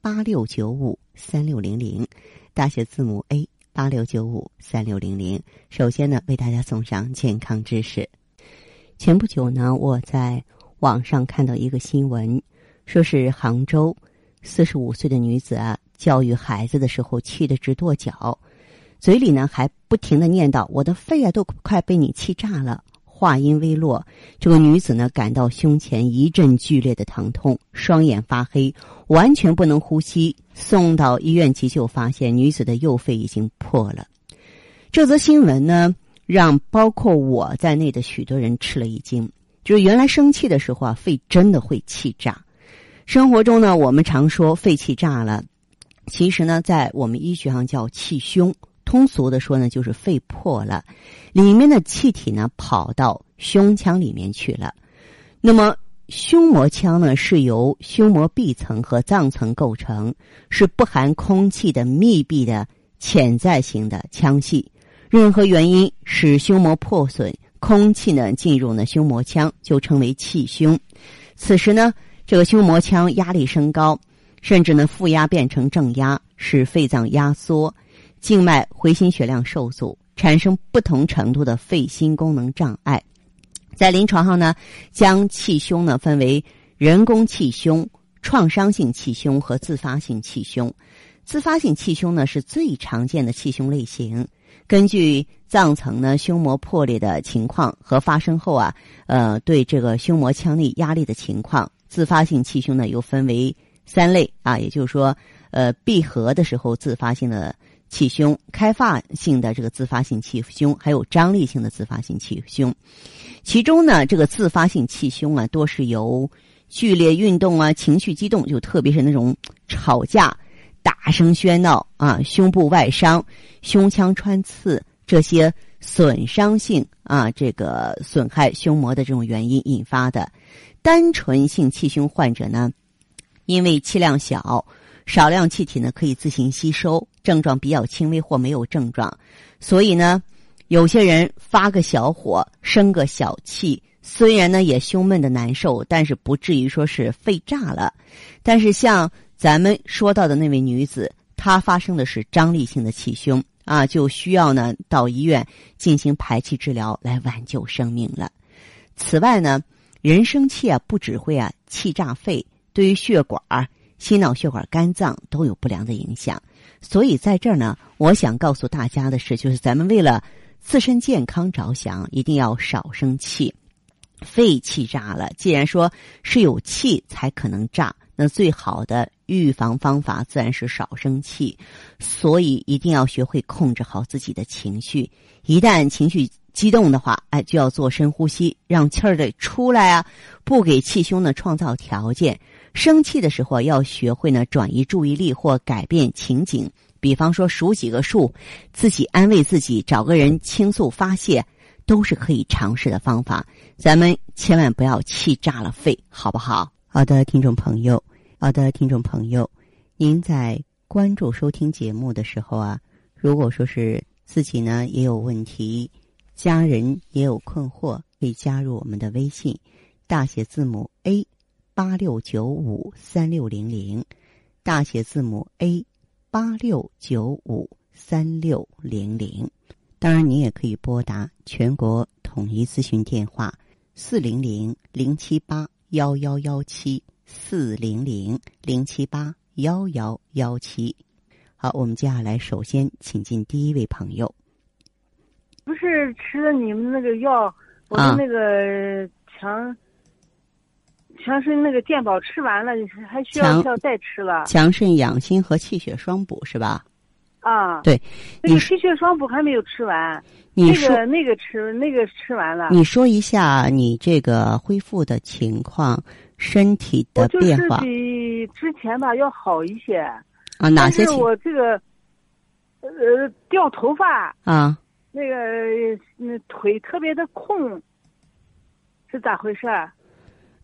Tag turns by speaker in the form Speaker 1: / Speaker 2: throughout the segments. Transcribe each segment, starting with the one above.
Speaker 1: 八六九五三六零零，大写字母 A 八六九五三六零零。首先呢，为大家送上健康知识。前不久呢，我在网上看到一个新闻，说是杭州。四十五岁的女子啊，教育孩子的时候气得直跺脚，嘴里呢还不停的念叨：“我的肺啊，都快被你气炸了。”话音未落，这个女子呢感到胸前一阵剧烈的疼痛，双眼发黑，完全不能呼吸。送到医院急救，发现女子的右肺已经破了。这则新闻呢，让包括我在内的许多人吃了一惊。就是原来生气的时候啊，肺真的会气炸。生活中呢，我们常说肺气炸了，其实呢，在我们医学上叫气胸，通俗的说呢，就是肺破了，里面的气体呢跑到胸腔里面去了。那么胸膜腔呢是由胸膜壁层和脏层构成，是不含空气的密闭的潜在型的腔系。任何原因使胸膜破损，空气呢进入呢胸膜腔，就称为气胸。此时呢。这个胸膜腔压力升高，甚至呢负压变成正压，使肺脏压缩，静脉回心血量受阻，产生不同程度的肺心功能障碍。在临床上呢，将气胸呢分为人工气胸、创伤性气胸和自发性气胸。自发性气胸呢是最常见的气胸类型。根据脏层呢胸膜破裂的情况和发生后啊，呃对这个胸膜腔内压力的情况。自发性气胸呢，又分为三类啊，也就是说，呃，闭合的时候自发性的气胸，开发性的这个自发性气胸，还有张力性的自发性气胸。其中呢，这个自发性气胸啊，多是由剧烈运动啊、情绪激动，就特别是那种吵架、大声喧闹啊、胸部外伤、胸腔穿刺这些损伤性啊，这个损害胸膜的这种原因引发的。单纯性气胸患者呢，因为气量小，少量气体呢可以自行吸收，症状比较轻微或没有症状，所以呢，有些人发个小火、生个小气，虽然呢也胸闷的难受，但是不至于说是肺炸了。但是像咱们说到的那位女子，她发生的是张力性的气胸啊，就需要呢到医院进行排气治疗来挽救生命了。此外呢。人生气啊，不只会啊气炸肺，对于血管、心脑血管、肝脏都有不良的影响。所以在这儿呢，我想告诉大家的是，就是咱们为了自身健康着想，一定要少生气。肺气炸了，既然说是有气才可能炸，那最好的预防方法自然是少生气。所以一定要学会控制好自己的情绪，一旦情绪。激动的话，哎，就要做深呼吸，让气儿得出来啊，不给气胸呢创造条件。生气的时候啊要学会呢转移注意力或改变情景，比方说数几个数，自己安慰自己，找个人倾诉发泄，都是可以尝试的方法。咱们千万不要气炸了肺，好不好？好的，听众朋友，好的，听众朋友，您在关注收听节目的时候啊，如果说是自己呢也有问题。家人也有困惑，可以加入我们的微信，大写字母 A 八六九五三六零零，大写字母 A 八六九五三六零零。当然，你也可以拨打全国统一咨询电话四零零零七八幺幺幺七四零零零七八幺幺幺七。好，我们接下来首先请进第一位朋友。
Speaker 2: 不是吃了你们那个
Speaker 1: 啊
Speaker 2: 药，我的那个强、啊、强肾那个健保吃完了，还需要需要再吃了。
Speaker 1: 强肾养心和气血双补是吧？
Speaker 2: 啊，
Speaker 1: 对，
Speaker 2: 那个气血双补还没有吃完。
Speaker 1: 你
Speaker 2: 说、那个、那个吃那个吃完了。
Speaker 1: 你说一下你这个恢复的情况，身体的变化。
Speaker 2: 就是比之前吧要好一些。
Speaker 1: 啊，哪些？
Speaker 2: 我这个。呃，掉头发，
Speaker 1: 啊，
Speaker 2: 那个嗯腿特别的空，是咋回事儿？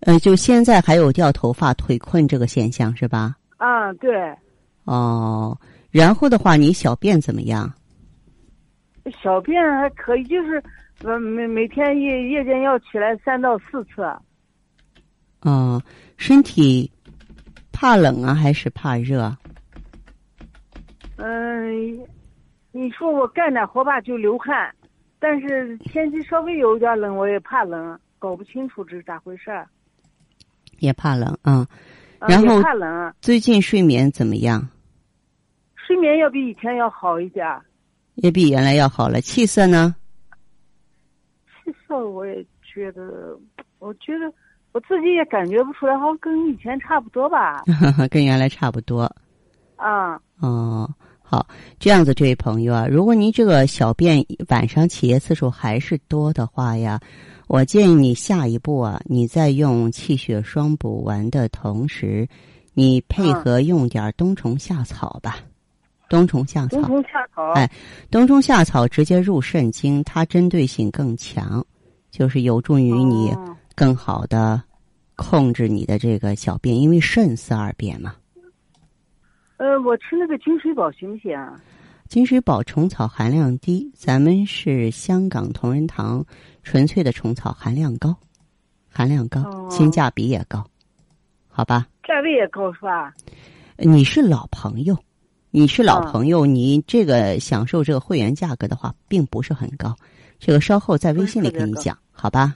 Speaker 1: 呃，就现在还有掉头发、腿困这个现象是吧？
Speaker 2: 啊，对，
Speaker 1: 哦，然后的话，你小便怎么样？
Speaker 2: 小便还可以，就是呃每每天夜夜间要起来三到四次，
Speaker 1: 嗯，身体怕冷啊，还是怕热啊？
Speaker 2: 嗯、你说我干点活吧就流汗，但是天气稍微有一点冷，我也怕冷，搞不清楚这是咋回事儿。
Speaker 1: 也怕冷啊、
Speaker 2: 啊
Speaker 1: 然后
Speaker 2: 也怕冷，
Speaker 1: 最近睡眠怎么样？
Speaker 2: 睡眠要比以前要好一点儿。
Speaker 1: 也比原来要好了。气色呢？
Speaker 2: 气色我也觉得，我觉得我自己也感觉不出来，好像跟以前差不多吧。
Speaker 1: 跟原来差不多。
Speaker 2: 啊，
Speaker 1: 哦，好，这样子，这位朋友啊，如果您这个小便晚上起夜次数还是多的话呀，我建议你下一步啊，你在用气血双补丸的同时，你配
Speaker 2: 嗯
Speaker 1: 合用点儿冬虫夏草吧，冬虫夏
Speaker 2: 冬
Speaker 1: 草，
Speaker 2: 虫夏草。
Speaker 1: 哎冬虫夏草直接入肾经，它针对性更强，就是有助于你
Speaker 2: 哦
Speaker 1: 更好的控制你的这个小便，因为肾思二便嘛。
Speaker 2: 呃，我吃那个金水宝行不行啊？
Speaker 1: 金水宝虫草含量低，咱们是香港同仁堂纯粹的虫草含量高，含量高，
Speaker 2: 哦
Speaker 1: 性价比也高，好吧？
Speaker 2: 价位也高是吧？
Speaker 1: 你是老朋友，你是老
Speaker 2: 嗯
Speaker 1: 朋友，你这个享受这个会员价格的话，并不是很高，这个稍后在微
Speaker 2: 不是
Speaker 1: 信里
Speaker 2: 特别
Speaker 1: 跟你
Speaker 2: 高
Speaker 1: 讲，好吧？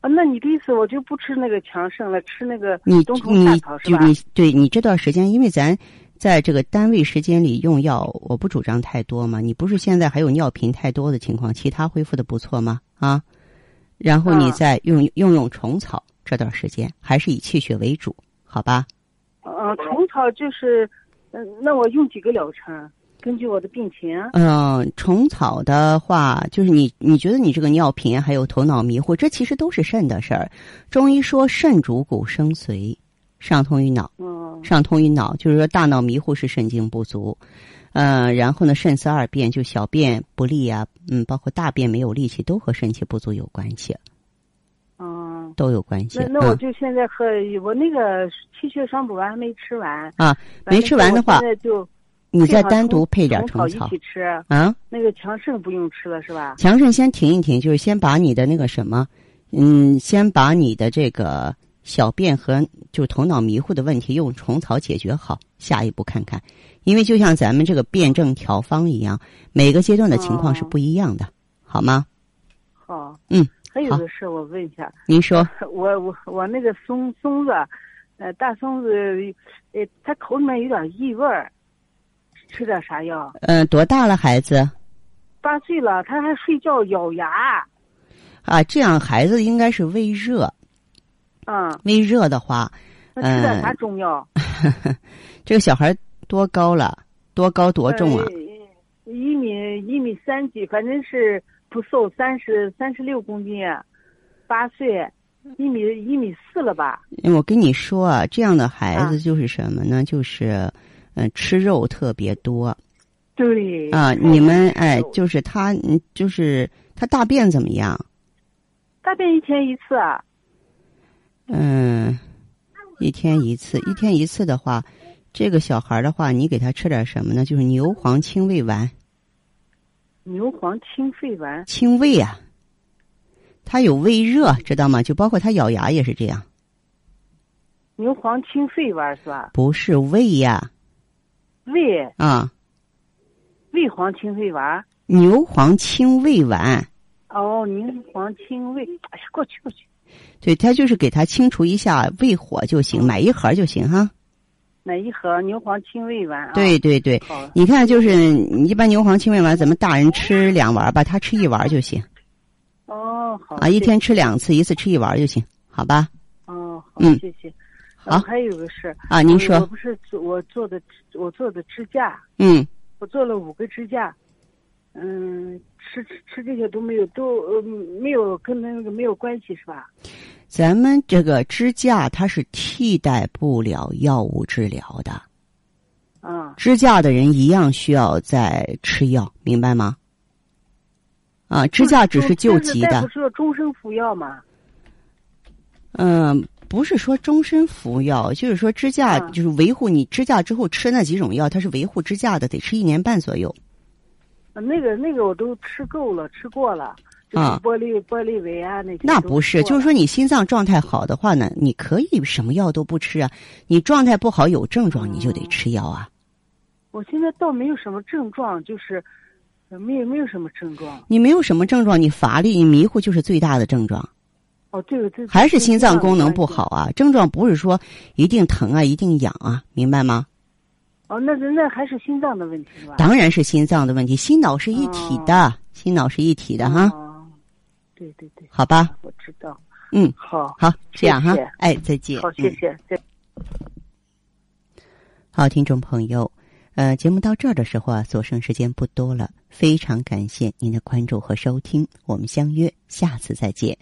Speaker 2: 啊，那你的意思我就不吃那个强盛了，吃那个
Speaker 1: 你
Speaker 2: 冬虫夏
Speaker 1: 你
Speaker 2: 草是
Speaker 1: 就
Speaker 2: 吧？
Speaker 1: 你对你这段时间，因为咱在这个单位时间里用药，我不主张太多嘛。你不是现在还有尿频太多的情况，其他恢复的不错吗？啊，然后你
Speaker 2: 嗯
Speaker 1: 再用、用用虫草，这段时间还是以气血为主，好吧？
Speaker 2: 嗯，虫草就是，嗯、那我用几个疗程？根据我的病情，
Speaker 1: 嗯、虫草的话，就是你你觉得你这个尿频还有头脑迷糊，这其实都是肾的事儿。中医说肾主骨生髓，上通于脑。
Speaker 2: 嗯，
Speaker 1: 上通于脑，就是说大脑迷糊是肾精不足，呃，然后呢，肾思二便，就小便不利啊，嗯，包括大便没有力气，都和肾气不足有关系，
Speaker 2: 嗯，
Speaker 1: 都有关系。
Speaker 2: 那那我
Speaker 1: 嗯、
Speaker 2: 就现在喝，我那个气血双补丸还没吃完
Speaker 1: 啊，没吃完的话
Speaker 2: 反正就
Speaker 1: 你
Speaker 2: 我现在
Speaker 1: 再
Speaker 2: 就
Speaker 1: 单独配点虫
Speaker 2: 虫草
Speaker 1: 草
Speaker 2: 一起吃，
Speaker 1: 啊。
Speaker 2: 那个强盛不用吃了是吧？
Speaker 1: 强肾先停一停，就是先把你的那个什么，嗯，先把你的这个小便和就头脑迷糊的问题用虫草解决好，下一步看看。因为就像咱们这个辩证调方一样，每个阶段的情况是
Speaker 2: 哦
Speaker 1: 不一样的，好吗？
Speaker 2: 好，
Speaker 1: 嗯，
Speaker 2: 哦还有
Speaker 1: 好
Speaker 2: 个事儿我问一下，
Speaker 1: 您说。
Speaker 2: 我我我那个松松子，呃，大松子，呃，它口里面有点异味儿，吃点啥药？
Speaker 1: 嗯，多大了孩子
Speaker 2: 八岁了，它还睡觉咬牙，
Speaker 1: 啊？这样孩子应该是胃热，
Speaker 2: 嗯，
Speaker 1: 胃热的话，
Speaker 2: 那吃点
Speaker 1: 嗯
Speaker 2: 啥中药？
Speaker 1: 这个小孩多高了？多高多重啊
Speaker 2: 呃？一米一米三几，反正是不瘦，三十三十六公斤，啊八岁，一米一米四了吧？
Speaker 1: 我跟你说啊，这样的孩子
Speaker 2: 啊
Speaker 1: 就是什么呢？就是，嗯、吃肉特别多
Speaker 2: 对
Speaker 1: 啊。你们哎
Speaker 2: 肉，
Speaker 1: 就是他，嗯就是他大便怎么样？
Speaker 2: 大便一天一次啊？
Speaker 1: 嗯，一天一次，一天一次的话，这个小孩的话，你给他吃点什么呢？就是牛黄清胃丸。
Speaker 2: 牛黄清肺丸，
Speaker 1: 清胃啊，它有胃热，知道吗？就包括它咬牙也是这样，
Speaker 2: 牛黄清肺丸是吧？
Speaker 1: 不是胃呀
Speaker 2: 胃
Speaker 1: 啊
Speaker 2: 胃黄清肺丸。
Speaker 1: 牛黄清胃丸，
Speaker 2: 哦，牛黄清胃，哎呀，过去过去，
Speaker 1: 对，它就是给它清除一下胃火就行，买一盒就行哈。
Speaker 2: 买一盒牛黄清胃丸啊。
Speaker 1: 对对对，
Speaker 2: 好了，
Speaker 1: 你看就是你一般牛黄清胃丸，咱们大人吃两丸吧，他吃一丸就行
Speaker 2: 哦，好
Speaker 1: 啊，一。
Speaker 2: 谢谢
Speaker 1: 天吃两次，一次吃一丸就行，好吧？
Speaker 2: 哦，好
Speaker 1: 嗯，
Speaker 2: 谢谢。
Speaker 1: 好
Speaker 2: 然后还有个事儿，
Speaker 1: 啊，您
Speaker 2: 我我
Speaker 1: 说，
Speaker 2: 不是做我做的我做的支架，
Speaker 1: 嗯，
Speaker 2: 我做了五个支架，嗯，吃吃吃这些都没有，都呃没有跟那个没有关系是吧？
Speaker 1: 咱们这个支架它是替代不了药物治疗的。
Speaker 2: 啊、
Speaker 1: 支架的人一样需要再吃药，明白吗？啊，支架只是救急的。
Speaker 2: 不是终身服药吗？
Speaker 1: 嗯，不是说终身服药，就是说支架，
Speaker 2: 嗯
Speaker 1: 就是维护你支架之后吃那几种药，它是维护支架的，得吃一年半左右。
Speaker 2: 那个那个我都吃够了，吃过了，就是
Speaker 1: 啊
Speaker 2: 玻璃玻利维啊那些。
Speaker 1: 那不是，就是说你心脏状态好的话呢，你可以什么药都不吃啊。你状态不好有症状，你就得吃药啊。
Speaker 2: 我现在倒没有什么症状，就是呃没有没有什么症状。
Speaker 1: 你没有什么症状，你乏力、你迷糊就是最大的症状，
Speaker 2: 哦，对，这
Speaker 1: 还是心脏功能不好。啊？症状不是说一定疼啊，一定痒啊，明白吗？
Speaker 2: 哦，那是那还是心脏的问题吧？
Speaker 1: 当然是心脏的问题，心脑是一体的，心脑是一体的哈，
Speaker 2: 哦对对对，
Speaker 1: 啊好吧？
Speaker 2: 我知道。
Speaker 1: 嗯，
Speaker 2: 好，
Speaker 1: 好，这样哈
Speaker 2: 谢谢，
Speaker 1: 哎，再见。
Speaker 2: 好，谢
Speaker 1: 嗯
Speaker 2: 谢。再
Speaker 1: 好，听众朋友，呃，节目到这儿的时候啊，所剩时间不多了，非常感谢您的关注和收听，我们相约下次再见，